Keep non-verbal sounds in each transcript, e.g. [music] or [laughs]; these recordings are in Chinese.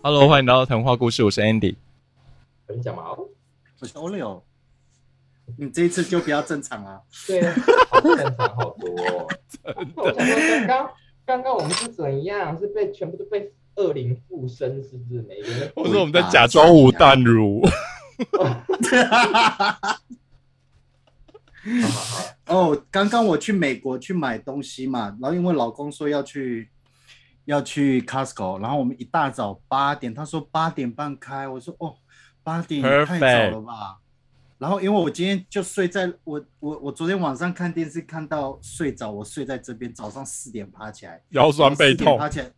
欢迎来到童话故事，我是 Andy。我先讲嘛，哦，我是 Olio，你这一次就不要正常啊！对，好正常好多、哦。我想说，刚刚刚刚我们是怎样？是被全部都被恶灵附身，是不是？每个人我说我们在假装吴淡如， [laughs] 好好好，哦，刚刚我去美国去买东西嘛，然后因为老公说要去要去 Costco，然后我们一大早八点，他说八点半开，我说哦，八点也太早了吧。然后因为我今天就睡在我我我昨天晚上看电视看到睡着，我睡在这边，早上四点爬起来，腰酸背4点痛爬，起来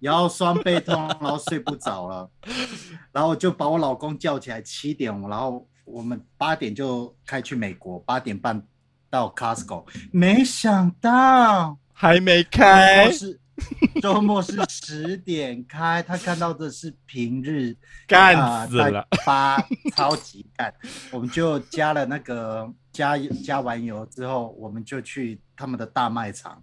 腰酸背痛，然后睡不着了， [laughs] 然后就把我老公叫起来，七点，然后我们八点就开去美国，八点半到 Costco，没想到还没周开末，是周末是十点开，他看到的是平日，干死了！呃，八、超级干，我们就加了那个加加完油之后，我们就去他们的大卖场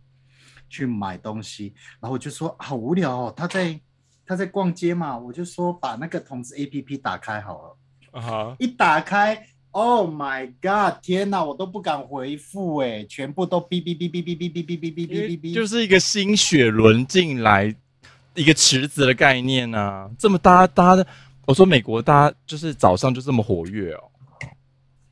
去买东西，然后我就说好无聊哦，他在他在逛街嘛，我就说把那个桶子 A P P 打开好了，啊哈，一打开。Oh my god！天哪，我都不敢回复哎、全部都哔哔哔哔哔哔哔哔哔因为哔哔哔，就是一个新血轮进来，一个池子的概念啊，这么大家大家，我说美国大家就是早上就这么活跃哦，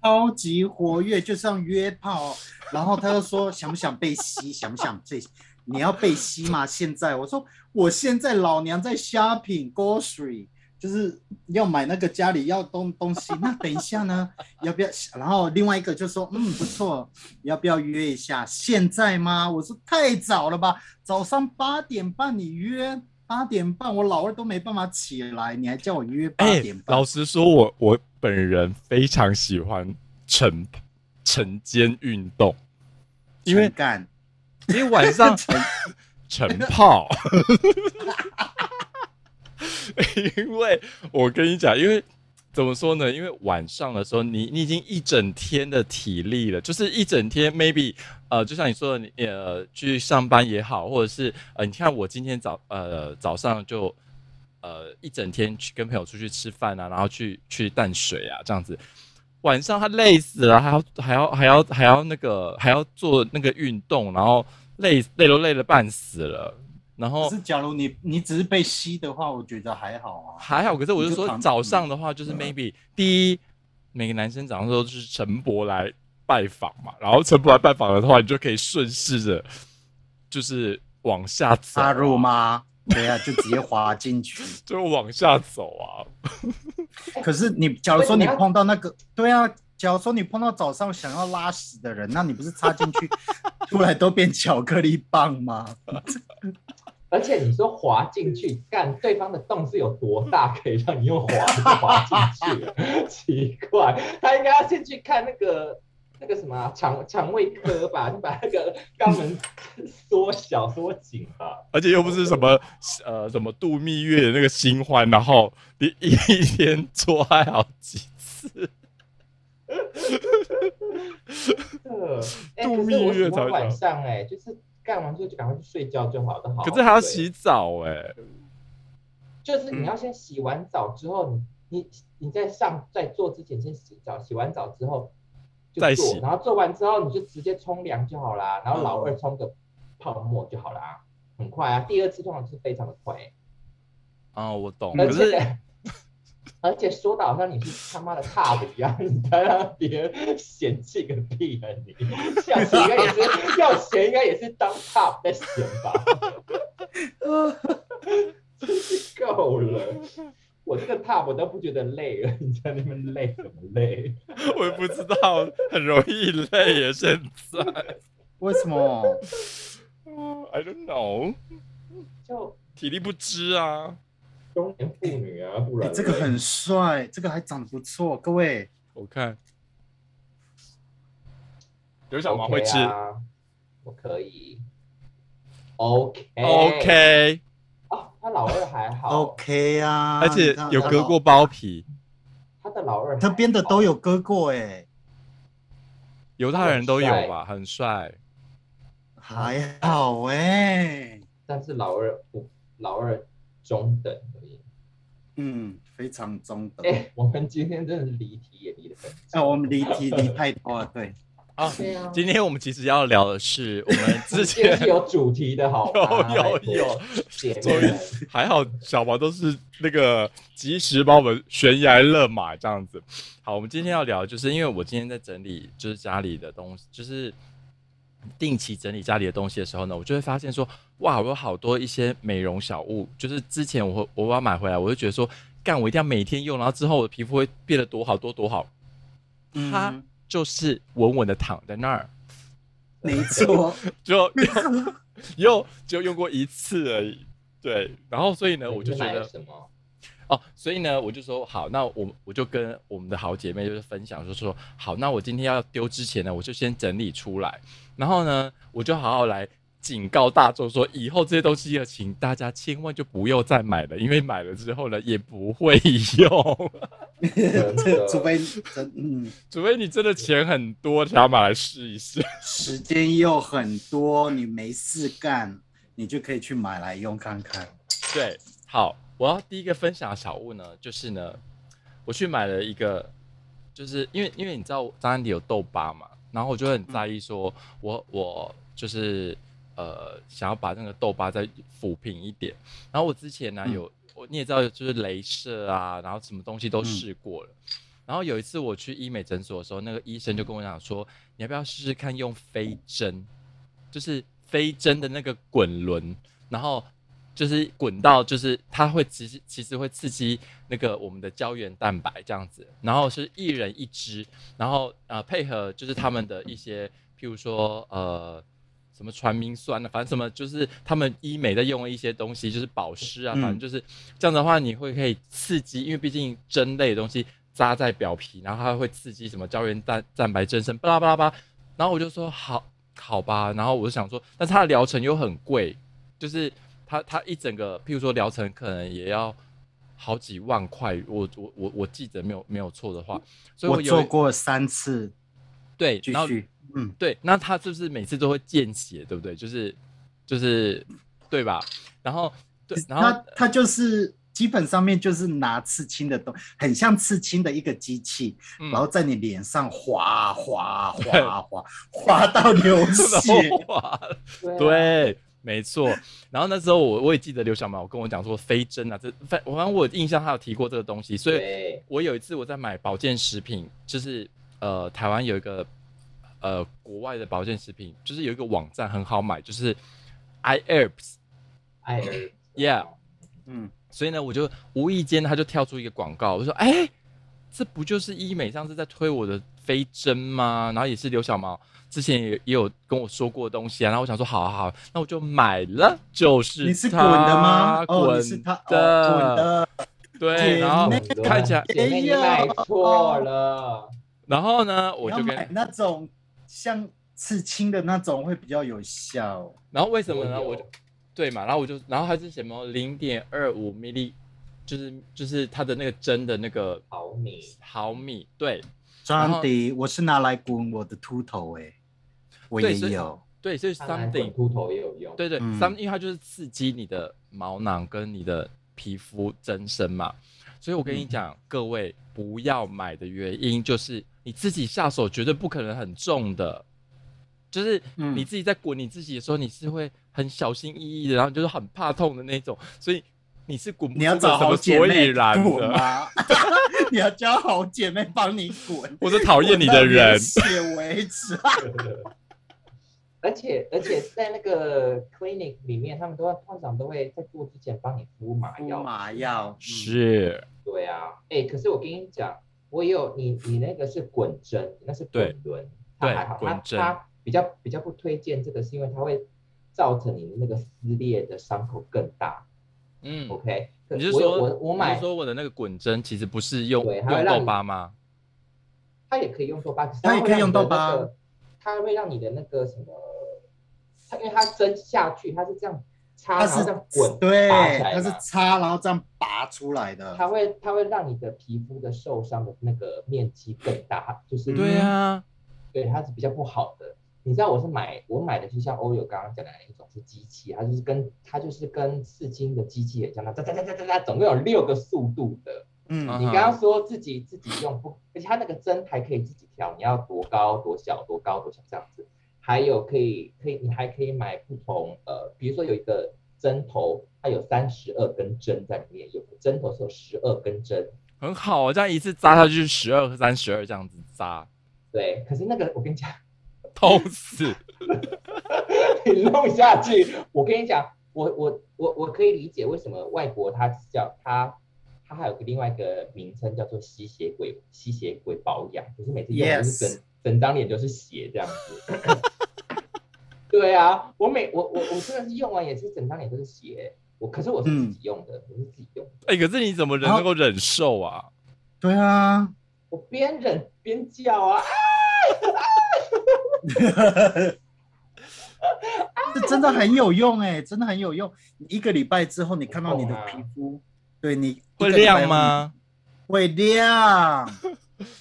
超级活跃，就像约炮。然后他就说想不想被吸，想不想被？你要被吸吗？现在我说我现在老娘在 shopping grocery，就是要买那个家里要东东西。那等一下呢，要不要？然后另外一个就说嗯不错，要不要约一下？现在吗？我说太早了吧，早上八点半你约。八点半，我老二都没办法起来，你还叫我约八哎、点半？老实说我，我本人非常喜欢晨晨间运动，因为陈干，因为晚 [laughs] 上晨泡，因为我跟你讲，因为怎么说呢？因为晚上的时候，你你已经一整天的体力了，就是一整天，maybe 呃，就像你说的，你呃去上班也好，或者是呃，你看我今天早呃早上就呃一整天去跟朋友出去吃饭啊，然后去去淡水啊这样子，晚上他累死了，还要还要还要还要那个还要做那个运动，然后累累都累得半死了，然后可是，假如你你只是被吸的话，我觉得还好啊。还好，可是我就你就说躺啊早上的话，就是 maybe 第一，每个男生早上都是陈伯来拜访嘛，然后陈伯来拜访的话，你就可以顺势着就是往下走、插啊，入吗？对呀、就直接滑进去。就往下走啊。可是你，假如说所你以你要碰到那个，对啊，假如说你碰到早上想要拉屎的人，那你不是插进去，出来都变巧克力棒吗？而且你说滑进去，干对方的洞是有多大，可以让你用滑的滑进去？奇怪，他应该要先去看那个那个什么啊、肠肠胃科吧，你把那个肛门缩小缩紧吧。而且又不是什么呃什么度蜜月的那个新欢，然后你一一天做爱好几次，呃，哎、度可蜜是我月喜才会欢晚这上哎、就是干完之后就赶快去睡觉就好了。好好可是还要睡洗澡哎、欸，就是嗯你要先洗完澡之后，你你你在上在做之前先洗澡，洗完澡之后就再做洗然后做完之后你就直接冲凉就好啦，然后嗯老二冲个泡沫就好啦，很快啊。第二次通常是非常的快欸、哦啊、我懂，而可是且而且说到好像你是他妈的踏里一样，你在那边嫌弃个屁啊你！像嫌应该也是要嫌应该也是当 top 在嫌吧，真 [laughs] 是够了。我这个 top 我都不觉得累了，你在那边累什么累？我也不知道，很容易累耶，现在。为什么？ I don't know，就体力不支啊。中年妇女啊，不哎、然、这个很帅，这个还长得不错，各位。我看刘小小毛毛会吃。啊，我可以。OK OK，啊，他老二还好 OK 啊，而且你看有他割过包皮，他的老二还他编的都好有割过哎、犹太人都有吧，很帅。还好哎、但是老二不，老二中等而已。嗯，非常中 [laughs] 等。哎、哎、我们今天真的是离题也离得很 [laughs] 近。哦我们离题离太多了，对，啊，对啊，今天我们其实要聊的是我们之今 [laughs] 天前是有主题的好哎吗？有拜托有，姐妹终于们还好小毛都是那个及时把我们悬崖勒马这样子。好，我们今天要聊，就是因为我今天在整理就是家里的东西，就是定期整理家里的东西的时候呢，我就会发现说，哇，我有好多一些美容小物，就是之前我会我要买回来，我就觉得说，干，我一定要每天用，然后之后我的皮肤会变得多好多多好，它嗯，就是稳稳的躺在那儿， [laughs] 没错，就 [laughs] 又就用过一次而已。对，然后所以哎呢，我就你觉买了得什么？哦，所以呢，我就说好，那我我就跟我们的好姐妹就是分享，就说好，那我今天要丢之前呢，我就先整理出来，然后呢，我就好好来警告大众说，以后这些东西呢，请大家千万就不要再买了，因为买了之后呢，也不会用， [laughs] 的 [laughs] 除非真嗯，除非你真的钱很多，想要买来试一试。时间又很多，你没事干，你就可以去买来用看看。对，好，我要第一个分享的小物呢，就是呢，我去买了一个，就是因为因为你知道张安迪有痘疤嘛，然后我就很嗯在意说，我我就是呃想要把那个痘疤再抚平一点，然后我之前呢、嗯有我你也知道就是镭射啊，然后什么东西都嗯试过了。然后有一次我去医美诊所的时候，那个医生就跟我讲说，你要不要试试看用飞针，就是飞针的那个滚轮，然后就是滚到就是它会其实其实会刺激那个我们的胶原蛋白这样子，然后是一人一支，然后呃配合就是他们的一些譬如说呃。什么传明酸啊，反正什么就是他们医美在用的一些东西，就是保湿啊，嗯反正就是这样的话，你会可以刺激，因为毕竟针类的东西扎在表皮，然后它会刺激什么胶原蛋蛋白增生，巴拉巴拉巴拉。然后我就说好，好吧。然后我就想说，但是它的疗程又很贵，就是它它一整个，譬如说疗程可能也要好几万块，我我我我记得没有没有错的话，所以我有做过三次，对，继然后续，嗯，对，那他是不是每次都会见血，对不对？就是就是对吧？然后对，然它后它就是基本上面就是拿刺青的东，很像刺青的一个机器，嗯然后在你脸上划划划 [laughs] 划划到流血，哇，对 [laughs] 啊对，没错。然后那时候我我也记得刘小毛跟我讲说飞针啊，这反反正我有印象他有提过这个东西，所以对，我有一次我在买保健食品，就是呃台湾有一个呃国外的保健食品，就是有一个网站很好买，就是 i h e r b s 艾尔 Yeah 嗯，所以呢，我就无意间他就跳出一个广告，我说：“哎、这不就是医美上次在推我的飞针吗？然后也是刘小毛之前也也有跟我说过的东西啊。然后我想说，好好好，那我就买了，就是你是它滚的吗？哦，滚你是它哦的滚的，对，姐然后妹看起来哎姐妹你买错了，然后呢，我你就要跟买那种像刺青的那种会比较有效。然后为什么呢？我有就对嘛，然后我就然后它是什么零点二五 m i 就是就是它的那个针的那个毫米，毫米，对，张迪，我是拿来滚我的秃头哎、我对也所以有，对，所以当然 something 滚秃头也有用。对对，嗯三、因为它就是刺激你的毛囊跟你的皮肤增生嘛，所以我跟嗯你讲，各位不要买的原因就是你自己下手绝对不可能很重的，就是嗯你自己在滚你自己的时候，你是会很小心翼翼的，然后就是很怕痛的那种，所以你是滚不你出要个什找好么姐所以妹然滚的。 [laughs] 吗？ [laughs] 你要叫好姐妹帮你滚。我是讨厌你 [laughs] 的滚到流人，血为止。 [laughs] [laughs] 而且而且在那个 clinic 里面，他们都会通常都会在做之前帮你敷麻药。麻药，是对啊，哎、可是我跟你讲，我也有你你那个是滚针，那是对滚轮，对它还好，它滚针它比较比较不推荐这个，是因为它会造成你的那个撕裂的伤口更大。嗯， OK，可你是我有说我我你买是说我的那个滚针其实不是用对它会用让痘你疤吗？它也可以用痘疤，它也可以用痘痘疤，它会让你的那个什么，它因为它针下去，它是这样插，它然后是这样滚，对，拔起来它是嘛插，然后这样拔出来的。它会它会让你的皮肤的受伤的那个面积更大，就是嗯对啊，对它是比较不好的。你知道我是买我买的就像欧友刚刚讲的那一种是机器，它就是跟它就是跟刺青的机器很像，它哒哒哒哒哒哒，总共有六个速度的。啊嗯你刚刚说自己自己用不，而且它那个针还可以自己调，你要多高多小多高多小这样子。还有可以可以，你还可以买不同呃，比如说有一个针头，它有三十二根针在里面，有个针头是有十二根针。很好啊，这样一次扎下去十二三十二这样子扎，对，可是那个我跟你讲，痛死！你弄下去，我跟你讲，我我我我可以理解为什么外国它叫它。它还有个另外一个名称叫做吸血鬼，吸血鬼保养，可是每次用的就是整 Yes 整张脸都是血这样子。 [laughs] 对啊，我每我我我真的是用完也是整张脸都是血，我可是我是自己用的，我是自己用的， [laughs] 哎、可是你怎么人能够忍受啊？对啊，我边忍边叫啊，这真的很有用哎、真的很有用。你一个礼拜之后，你看到你的我懂啊皮肤，对你会亮？吗？会 [laughs] 亮，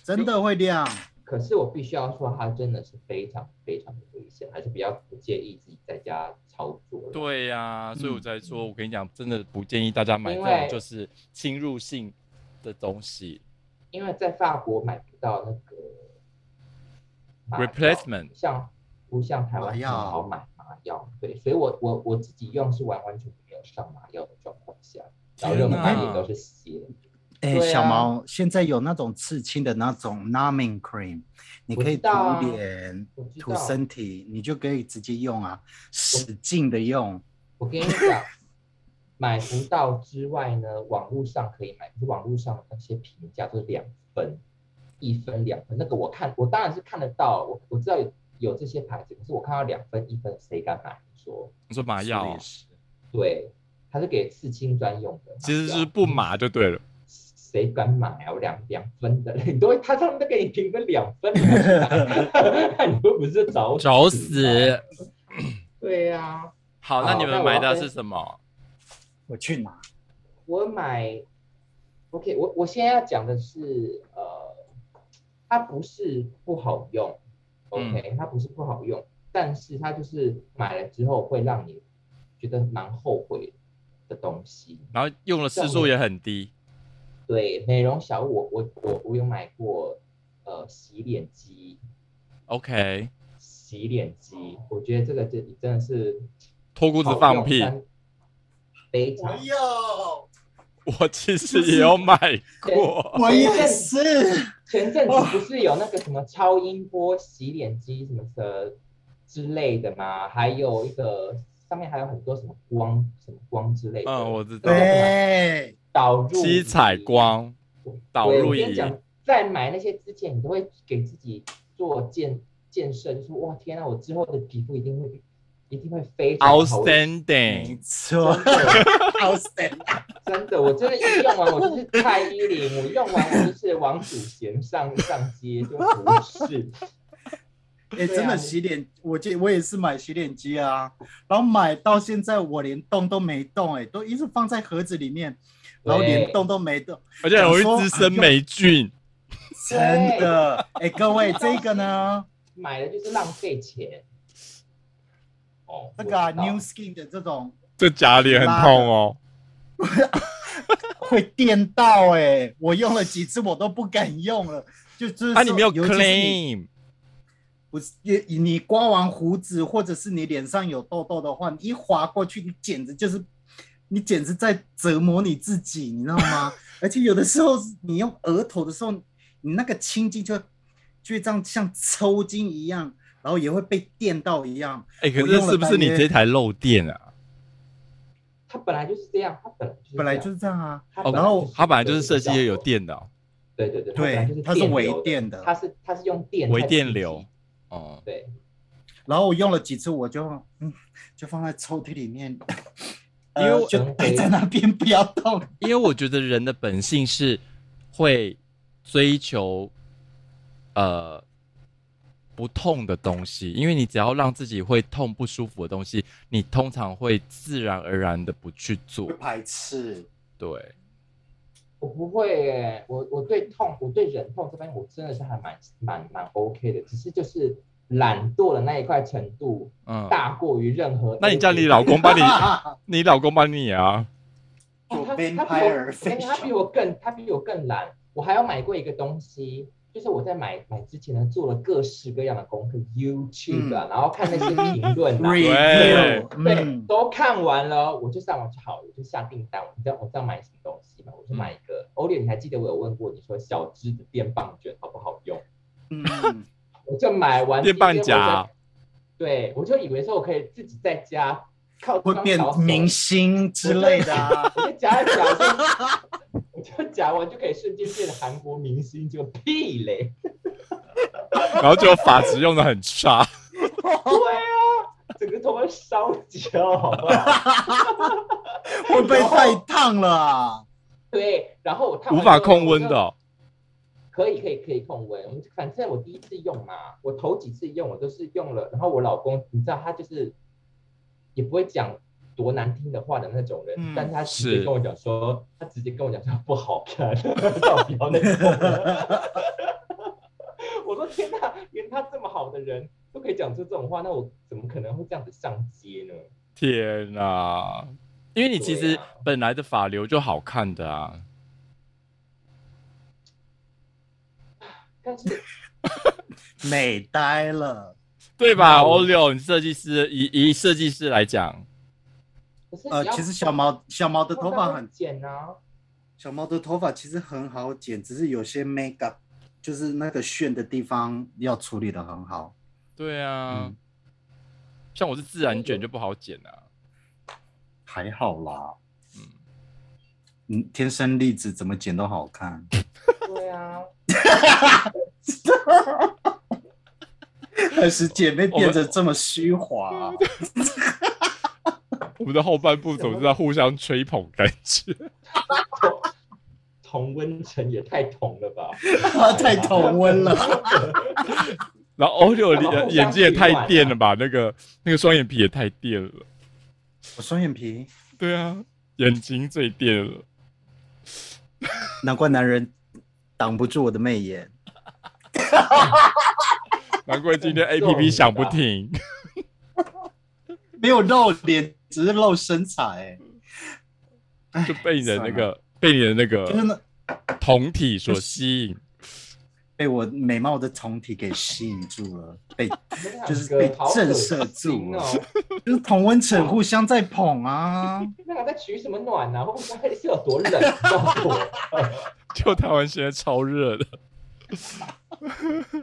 真的会亮。可是我必须要说，它真的是非常非常的危险，还是比较不建议自己在家操作啦。对呀、啊所以我在说，我跟你讲，真的不建议大家买这因种为就是侵入性的东西因为在法国买不到那个麻药 replacement。像不像台湾麻很药好买麻药？对，所以我我我自己用是完完全没有上麻药的状况下，然后天用的哪也都是血。哎、对啊小毛，现在有那种刺青的那种 numbing cream，你可我以知道啊涂脸、我知涂道，身体，你就可以直接用啊，使劲的用。我跟你讲，买不到之外呢，网络上可以买，可是网络上那些评价都是两分、一分、两分。那个我看，我当然是看得到，我我知道有有这些牌子，可是我看到两分、一分，谁敢买？你说？你说麻药说哦得也，是对，它是给刺青专用的，其实是不麻就对了。谁敢买啊？我两两分的，你都会他上面都给你评个两分，你还去 [laughs] 买那你又不是找死啊找死！对啊呀、好，好那你那们我买要的分是什么？我去拿，我买，OK，我我现在要讲的是，呃，它不是不好用，OK，、它嗯不是不好用，但是它就是买了之后会让你觉得蛮后悔的东西。然后用的次数也很低，对，美容小物我我我我有买过，呃，洗脸机， OK，洗脸机，我觉得这个这真的是脱裤不子放屁。，非常。 [laughs] 要，我其实也有买过，我也是。 [laughs] 前阵子不是有那个什么超音波洗脸机什么的之类的吗？还有一个上面还有很多什么光什么光之类的，嗯，我知道，对，导入七彩光导对入我跟仪你，讲，在买那些之前，你都会给自己做健健身，就说哇天啊，我之后的皮肤一定会一定会非常好。哎没 outstanding，错，好神啊！真的，我真的一用完我就是蔡依林，我用完我就是王祖贤上上街，就不 [laughs] 是。哎、真啊的洗脸，我记我也是买洗脸机啊，然后买到现在我连动都没动、哎，都一直放在盒子里面，然后连对动都没动，而且很容易滋生霉菌。真的。哎、各位，这个呢，买了就是浪费钱。哦，那个、啊、我知道 New Skin 的这种这假脸很痛哦，会电到哎、我用了几次我都不敢用了，就就是啊，你没有尤其是你 claim，不是你你刮完胡子或者是你脸上有痘痘的话，你一划过去，你简直就是你简直在折磨你自己，你知道 [laughs] 吗？而且有的时候你用额头的时候，你那个青筋就就会这样像抽筋一样，然后也会被电到一样。哎，可我是用了是不是你大约这台漏电啊？它本来就是这样，它本来就是这样本来就是这样啊，它哦本来就它本来就是设这计样也有，电的哦，对对对，它本来对，它就是是微流的，电的。它是它是用电微在电刺激流，哦，对，然后我用了几次，我就嗯，就放在抽屉里面， [laughs] 因为呃我就待在那边不要动。因为我觉得人的本性是会追求呃不痛的东西，因为你只要让自己会痛不舒服的东西，你通常会自然而然的不去做会。排斥， [laughs] 对，我不会欸耶，我我对痛，我对忍痛这边我真的是还蛮蛮蛮 OK 的，只是就是懒惰的那一块程度嗯，大过于任何。那你叫你老公帮你，你老公帮你啊，哦左他边他比拍我而非哎他比我更他比我更懒。我还有买过一个东西，就是我在买买之前呢，做了各式各样的功课，YouTube 啊，然后看那些评论啊。 review，对，嗯，都看完了，我就上网就好，我就下订单，我知道我知道买什么东西嘛，我就买一个。欧丽，你还记得我有问过你说小只的电棒卷好不好用？嗯我就买完电棒第一天我夹就，对我就以为说我可以自己在家靠会变明星。星之类的啊，我就夹一夹，我就 [laughs] 我就夹完就可以瞬间变韩国明星，就屁嘞！然后就法子用的很 [laughs] 差，对啊，整个头发烧焦，好不好？会不会太烫了啊？对，然后我烫无完法之后控温的、我就哦。可以可以可以控温。我们反正我第一次用嘛，我头几次用我都是用了，然后我老公你知道他就是也不会讲多难听的话的那种人，嗯但是他直接是跟我讲说，他直接跟我讲说不好看，到底要那种。 [laughs] 我说天哪，连他这么好的人都可以讲出这种话，那我怎么可能会这样子上街呢？天哪、因为你其对实啊本来的发流就好看的啊，但是美呆了，对吧？嗯欧六，你设计师以以设计师来讲，可是呃你，要其实小毛小毛的头发很剪啊，小毛的头发其实很好剪，只是有些 makeup 就是那个炫的地方要处理的很好。对啊，嗯像我是自然卷就不好剪啊，还好啦，嗯，嗯，天生丽质怎么剪都 [laughs] 好看。对啊，二十姐妹变变得得这么虚华、 [laughs] 我们的后半部总是在互相吹捧，感觉同温层也太同了吧。太同温了。 [laughs] 然后欧六 [laughs] 干嘛互相眼睛也取暖太啊电了吧，那个那个双眼皮也太电了，我双眼皮，对啊，眼睛最电了。难怪男人挡不住我的媚眼。难怪 [laughs] 今天 A P 很重 P 的响不停，没有露脸，只是露身材、哎， [laughs] 就被你的那算了个被你的那就是个那酮体所吸引。 [laughs] 被我美貌的虫体给吸引住了，被你们就是两个被好震恶慑心住哦了。就是同温层互相在捧啊。那个在取什么暖呢、啊？互相是有多冷？啊告诉我。就台湾现在超热的， [laughs]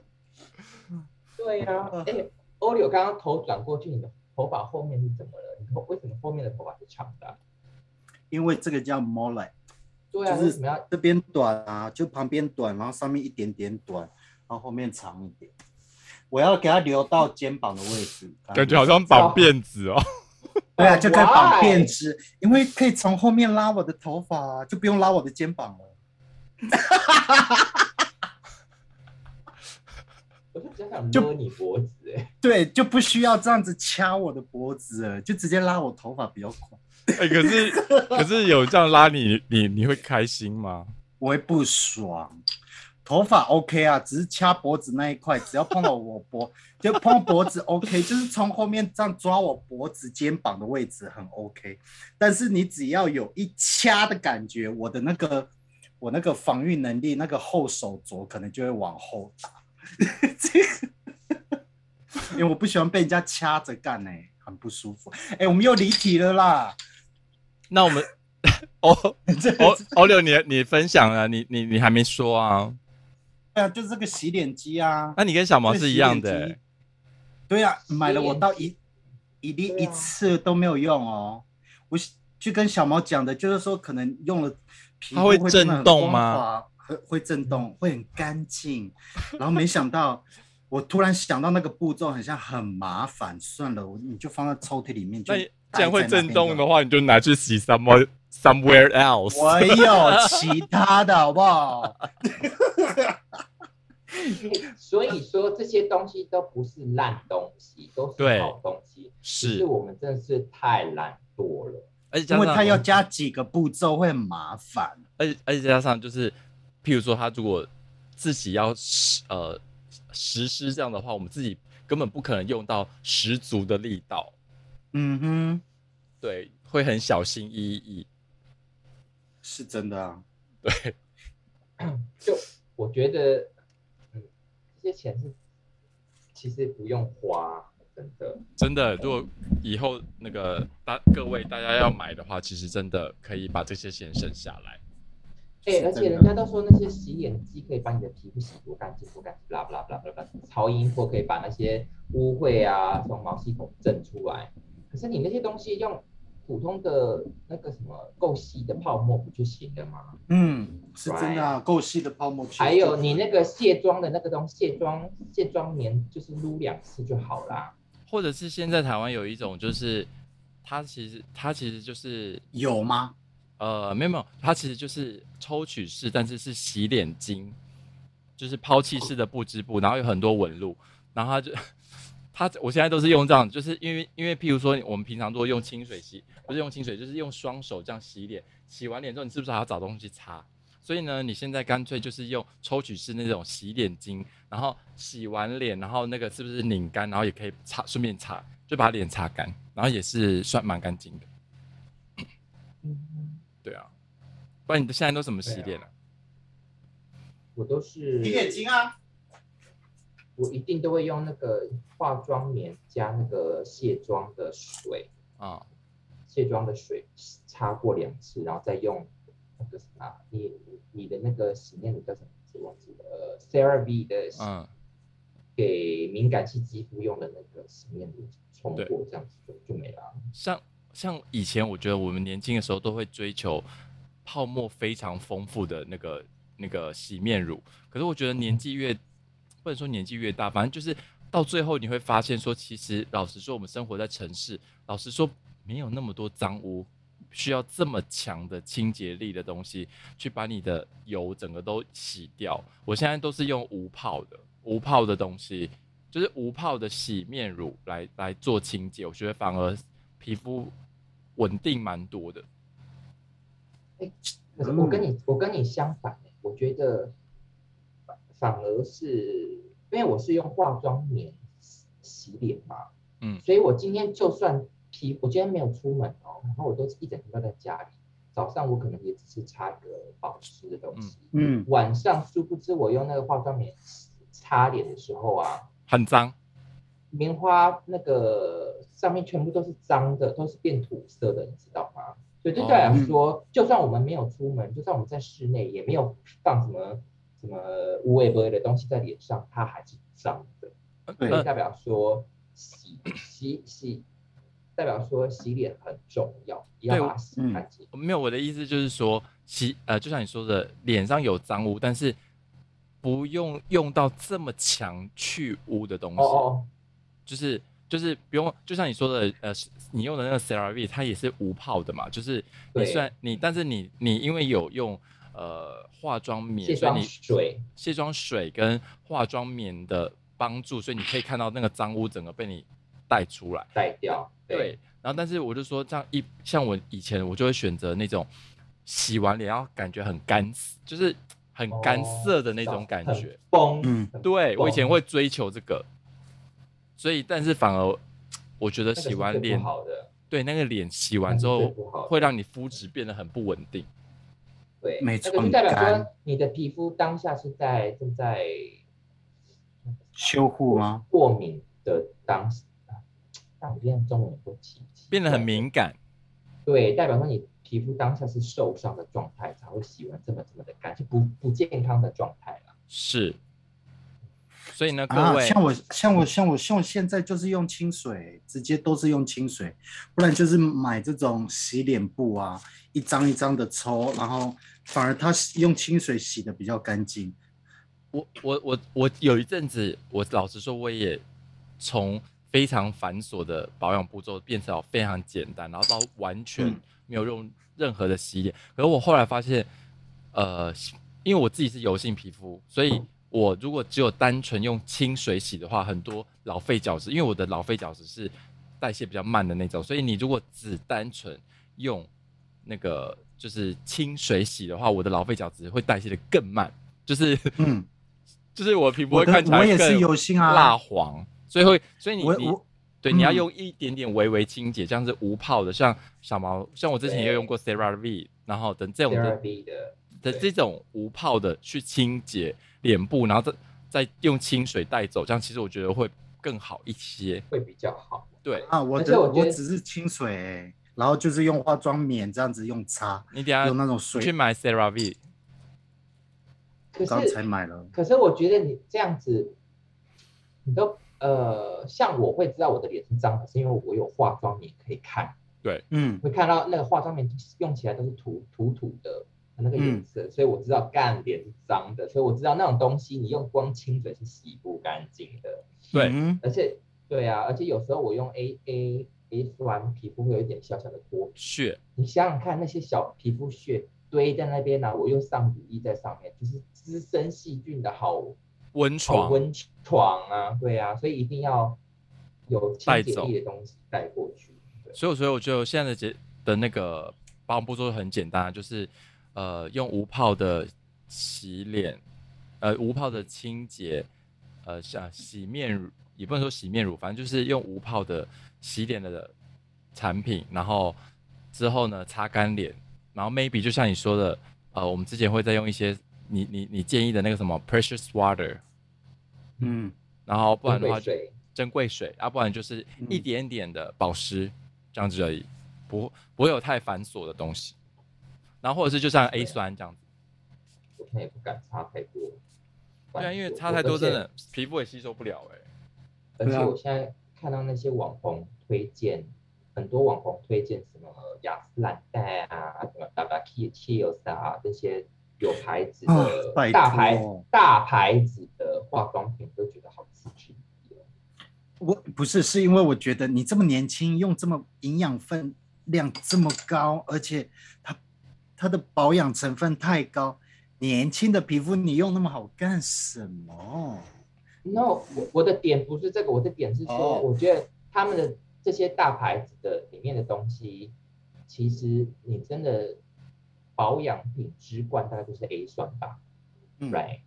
对呀、啊，哎、欧柳刚刚头转过去，你的头发后面是怎么了？你头为什么后面的头发是长的啊、因为这个叫 m o l e 对啊，就是为什么要？这边短啊，就旁边短，然后上面一点点短，然后后面长一点。我要给它留到肩膀的位置，感觉好像绑辫子哦。对啊，就可以绑 Why？辫子，因为可以从后面拉我的头发啊、就不用拉我的肩膀了。我就只想想就勒你脖子、 [laughs] 哎，对，就不需要这样子掐我的脖子了，就直接拉我头发比较快。 [laughs] 哎、可是可是有这样拉你，你你会开心吗？我会不爽。头发 OK 啊，只是掐脖子那一块，只要碰到我脖，就碰到脖子 OK，就是从后面这样抓我脖子、肩膀的位置很 OK。但是你只要有一掐的感觉，我的那个我那个防御能力，那个后手镯可能就会往后打。 [laughs] 这个因为我不喜欢被人家掐着干呢、很不舒服。哎、我们又离题了啦。 [laughs] 那我们 [laughs] 哦这哦哦六，你你分享了，你你你还没说啊？对啊，就是这个洗脸机啊。那你跟小毛这是一洗样脸的欸、机对呀、买了我脸到一一粒对一啊次都没有用哦。我是就跟小毛讲的，就是说可能用了皮它肤会变得震很动光吗滑？会会震动，会很干净。然后没想到，我突然想到那个步骤很像很麻烦，算了，我你就放在抽屉里面就那你既待然会在那震边动就的好。话，你就拿去洗 somewhere somewhere else。我啊有其他的好 [laughs] 不好？哎所以说这些东西都不是烂东西，都对是好东西，只是哎是，我们真的是太懒惰了。而且因加为上它要加几个步骤会很麻烦。而且而且加上就是，譬如说他如果自己要实呃实施这样的话，我们自己根本不可能用到十足的力道，嗯哼，对，会很小心翼翼。是真的啊。对，就我觉得，嗯，这些钱是其实不用花，真的。真的，如果以后那个大各位大家要买的话，其实真的可以把这些钱省下来。哎、是而真且的人家都说那些洗脸机可以把你的皮肤洗多干净多干净，blah blah blah blah blah，超音波可以把那些污秽啊从毛细孔震出来。可是你那些东西用普通的那个什么够细的泡沫不就行了吗？嗯，是真的啊，够细的泡沫。还有你那个卸妆的那个东西，卸妆卸妆棉就是撸两次就好啦。或者是现在台湾有一种，就是它其实它其实就是有吗？呃，没有没有，它其实就是抽取式，但是是洗脸巾，就是抛弃式的不织布，然后有很多纹路，然后它就它，我现在都是用这样，就是因为因为譬如说我们平常都会用清水洗，不是用清水，就是用双手这样洗脸，洗完脸之后你是不是还要找东西擦？所以呢，你现在干脆就是用抽取式那种洗脸巾，然后洗完脸，然后那个是不是拧干，然后也可以擦，顺便擦，就把脸擦干，然后也是算蛮干净的。对啊，不然你现在都怎么洗脸啊？我都是洗脸巾啊，我一定都会用那个化妆棉加那个卸妆的水，啊、卸妆的水擦过两次，然后再用那个什么，啊你你的那个洗面乳叫什么名字？忘记了，呃，CeraVe 的洗嗯，给敏感肌肌肤用的那个洗面乳冲过，这样子就就没了啊。像像以前，我觉得我们年轻的时候都会追求泡沫非常丰富的那个那个洗面乳，可是我觉得年纪越不能说年纪越大，反正就是到最后你会发现说，其实老实说，我们生活在城市，老实说没有那么多脏污。需要这么强的清洁力的东西，去把你的油整个都洗掉。我现在都是用无泡的，无泡的东西，就是无泡的洗面乳来来做清洁，我觉得反而皮肤稳定蛮多的。可是我跟你、我跟你相反、欸、我觉得反反而是因为我是用化妆棉洗洗脸嘛，嗯所以我今天就算皮我今天没有出门哦，然后我都是一整天都在家里，早上我可能也只是擦一个保湿的东西，嗯嗯晚上殊不知我用那个化妆棉擦脸的时候啊，很脏，棉花那个上面全部都是脏的，都是变土色的，你知道吗？所以对对来说，就算我们没有出门，就算我们在室内，也没有放什么什么无微不微的东西在脸上，它还是脏的。呃对所以代表说洗洗洗，代表说洗脸很重要，也要把它洗干净。没有我的意思就是说，洗呃，就像你说的，脸上有脏污，但是不用用到这么强去污的东西，哦哦，就是就是不用，就像你说的，呃，你用的那个 CeraVe 它也是无泡的嘛，就是你对虽然你，但是你你因为有用呃化妆棉，卸所以妆你水，卸妆水跟化妆棉的帮助，所以你可以看到那个脏污整个被你带出来。带掉。对，然后但是我就说这样一像我以前我就会选择那种洗完脸然后感觉很干死，就是很干涩的那种感觉。崩。嗯很对我以前崩会追求这个，哦所以但是反而我觉得那个是洗完最不脸，好的，对那个脸洗完那之是最后不好的会让你肤质变得很不稳定。对，没那错个就代表很说干你的皮肤当下是在正在修护吗？过敏的当时，啊但我现在中文也不提，变得很敏感，对，代表说你皮肤当下是受伤的状态，才会喜欢这么这么的干，就不不健康的状态啦。是。所以呢，各啊，位，像我像我像我像我现在就是用清水，直接都是用清水，不然就是买这种洗脸布啊，一张一张的抽，然后反而它用清水洗的比较干净。我我我我有一阵子，我老实说，我也从非常繁琐的保养步骤变成非常简单，然后到完全嗯没有用任何的洗脸。可是我后来发现，呃，因为我自己是油性皮肤，所以我如果只有单纯用清水洗的话，很多老废角质，因为我的老废角质是代谢比较慢的那种，所以你如果只单纯用那个就是清水洗的话，我的老废角质会代谢的更慢，就是 [laughs] 嗯，就是我皮肤我会的看起来我也是更油性蜡啊，黄，所以会，所以你我你我对你要嗯用一点点微微清洁，这样子无泡的，像小毛，像我之前也用过 CeraVe，然后等这种的 CeraVe 的的对这种无泡的去清洁脸部，然后再再用清水带走，这样其实我觉得会更好一些。会比较好。对啊，我而且的我觉得只是清水、然后就是用化妆棉这样子用擦，你等一用下那种啊去水，买 CeraVe，可刚才是买了。可是我觉得你这样子，你都呃，像我会知道我的脸是脏的，是因为我有化妆，你可以看，嗯，会看到那个化妆棉用起来都是土土土的那个嗯颜色，所以我知道干脸是脏的，所以我知道那种东西你用光清水是洗不干净的。对嗯而且，对啊，而且有时候我用 A A A 酸，皮肤会有一点小小的脱皮。血你想想看，那些小皮肤屑堆在那边呢、啊我又上乳液在上面，就是滋生细菌的好温好床，温床啊，对啊，所以一定要有清洁力的东西带过去。对所以所以我觉得我现在的节的那个保养步骤很简单，啊就是呃用无泡的洗脸，呃无泡的清洁，呃像洗面乳也不能说洗面乳，反正就是用无泡的洗脸的产品，然后之后呢擦干脸，然后 maybe 就像你说的，呃我们之前会再用一些你你你建议的那个什么 precious water，嗯，然后不然的话玫瑰水珍贵水，要、不然就是嗯一点点的保湿、这样子而已，不不会有太繁琐的东西。然后或者是就像 A 酸这样子，我可能也不敢擦太多。对啊，因为擦太多真的皮肤也吸收不了哎、而且。对而啊且我现在看到那些网红推荐，很多网红推荐什么雅诗兰黛啊，什么 Baba K Kills 啊，这些有牌子啊的、拜大牌托哦大牌子的化妆品，都觉得好刺激。我不是，是因为我觉得你这么年轻，用这么营养分量这么高，而且它它的保养成分太高，年轻的皮肤你用那么好干什么？ No，我我的点不是这个，我的点是说哦我觉得他们的这些大牌子的里面的东西，其实你真的保养品之冠大概就是 A 酸吧、嗯 r i g h t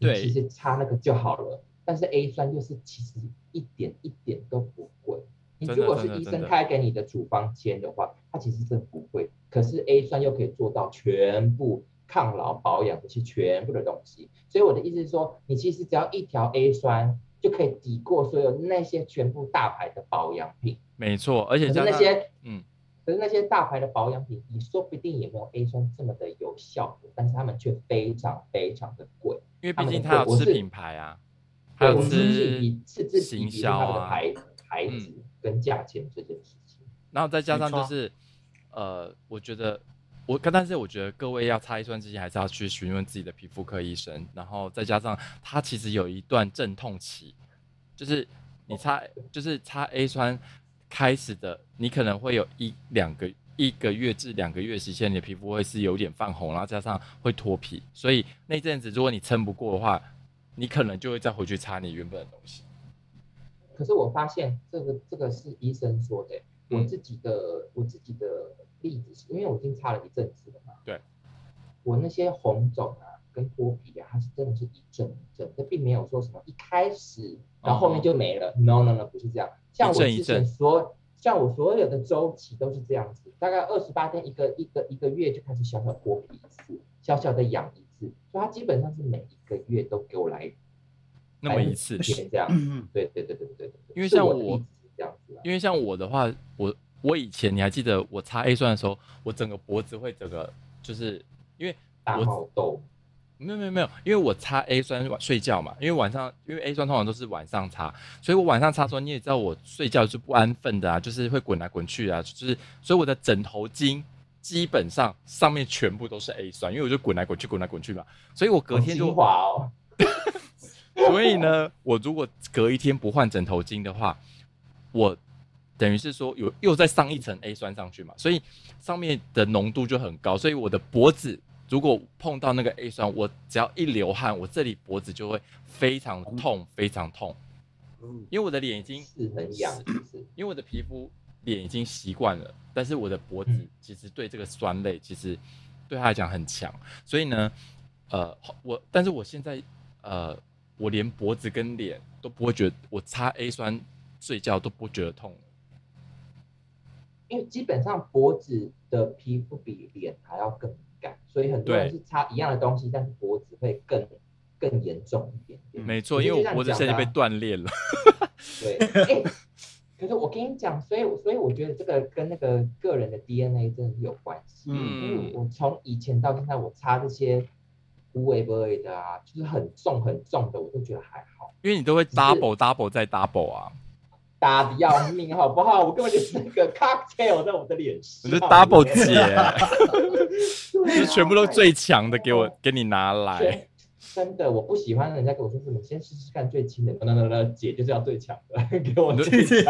对其实擦那个就好了。但是 A 酸就是其实一点一点都不贵。你真如的果真是的医真生的开给你的处方签的话，它其实真的不贵。可是 A 酸又可以做到全部抗老保养这些全部的东西。所以我的意思是说，你其实只要一条 A 酸就可以抵过所有那些全部大牌的保养品。没错，而可且是加那上些嗯，可是那些大牌的保养品，你说不定也没有 A 酸这么的有效果，但是它们却非常非常的贵。因为他毕们竟的它有果吃是品牌啊，还对有我们是自吃己是自己行比它销的啊，牌牌子跟价钱这件事情。然后再加上没就错是，呃，我觉得我，但是我觉得各位要擦一酸之前，还是要去询问自己的皮肤科医生。然后再加上它其实有一段阵痛期，就是你哦擦，就是擦 A 酸开始的，你可能会有一两个一个月至两个月时间，你的皮肤会是有点泛红，然后加上会脱皮。所以那阵子如果你撑不过的话，你可能就会再回去擦你原本的东西。可是我发现这个这个是医生说的欸、嗯我自己的我自己的例子是，因为我已经擦了一阵子了嘛。对。我那些红肿啊，跟脱皮啊，它是真的是一阵一阵，这并没有说什么一开始，然后后面就没了。No No No，不是这样。像嗯一我阵一之前阵所像我所有的周期都是这样子，大概二十八天一个一个一个月就开始小小脱皮一次，小小的痒一次，所以它基本上是每一个月都给我来那哎么一次，天这样。嗯，对对对对对对，因为是像我的我例子是这样子啊，因为像我的话，我我以前你还记得我擦 A 酸的时候，我整个脖子会整个就是因为大我毛豆，没有没有没有，因为我擦 A 酸晚睡觉嘛，因为晚上因为 A 酸通常都是晚上擦，所以我晚上擦的时候你也知道我睡觉是不安分的啊，就是会滚来滚去啊，就是所以我的枕头巾基本上上面全部都是 A 酸，因为我就滚来滚去滚来滚去嘛，所以我隔天就精华哦， [laughs] 所以呢，我如果隔一天不换枕头巾的话，我等于是说有又再上一层 A 酸上去嘛，所以上面的浓度就很高，所以我的脖子如果碰到那个 A 酸，我只要一流汗，我这里脖子就会非常痛，非常痛，因为我的脸已经，是很痒，是不是？因为我的皮肤脸已经习惯了，但是我的脖子嗯其实对这个酸类其实对他来讲很强，所以呢，呃，我但是我现在呃我连脖子跟脸都不会觉得，我擦 A 酸睡觉都不觉得痛。因为基本上脖子的皮肤比脸还要更敏感，所以很多人对是擦一样的东西，但是脖子会更更严重一点点。没错，嗯可是因为就我像脖子你现在讲被的啊锻炼 [laughs] 了。对，哎可是我跟你讲，所以我所以我觉得这个跟那个个人的 DNA 真的是有关系。嗯因为我从以前到现在，我擦这些无为不为的啊，就是很重很重的，我都觉得还好，因为你都会是 double double 再 double 啊，打的要命，好不好？我根本就是那个 cocktail 在我的脸上， [laughs] 你是 double 姐，对啊就全部都最强的给我哦给你拿来。真真的，我不喜欢人家跟我说什么，先试试看最轻的， [laughs] 那那那姐就是要最强的，给我最强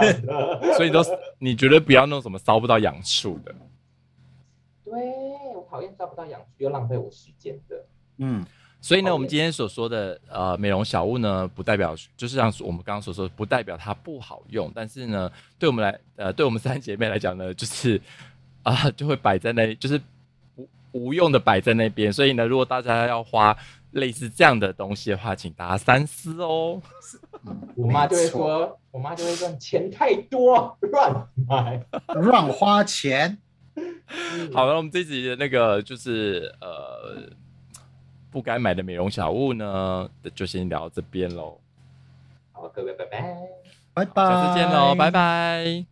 [laughs] 的。所以你都你绝对不要弄什么烧不到痒处的。对我讨厌抓不到痒处又浪费我时间的。嗯，所以呢，哦我们今天所说的呃美容小物呢，不代表就是像我们刚刚所说，不代表它不好用，但是呢，对我们来呃，对我们三姐妹来讲呢，就是啊、就会摆在那里，就是无无用的摆在那边。所以呢，如果大家要花类似这样的东西的话，请大家三思哦。嗯我妈就会没错说，我妈就会说你钱太多乱 [laughs] 买。乱花钱。嗯好，了，我们这集的那个就是呃不该买的美容小物呢，就先聊到这边喽，好，各位拜拜。拜拜，下次见喽，拜。拜。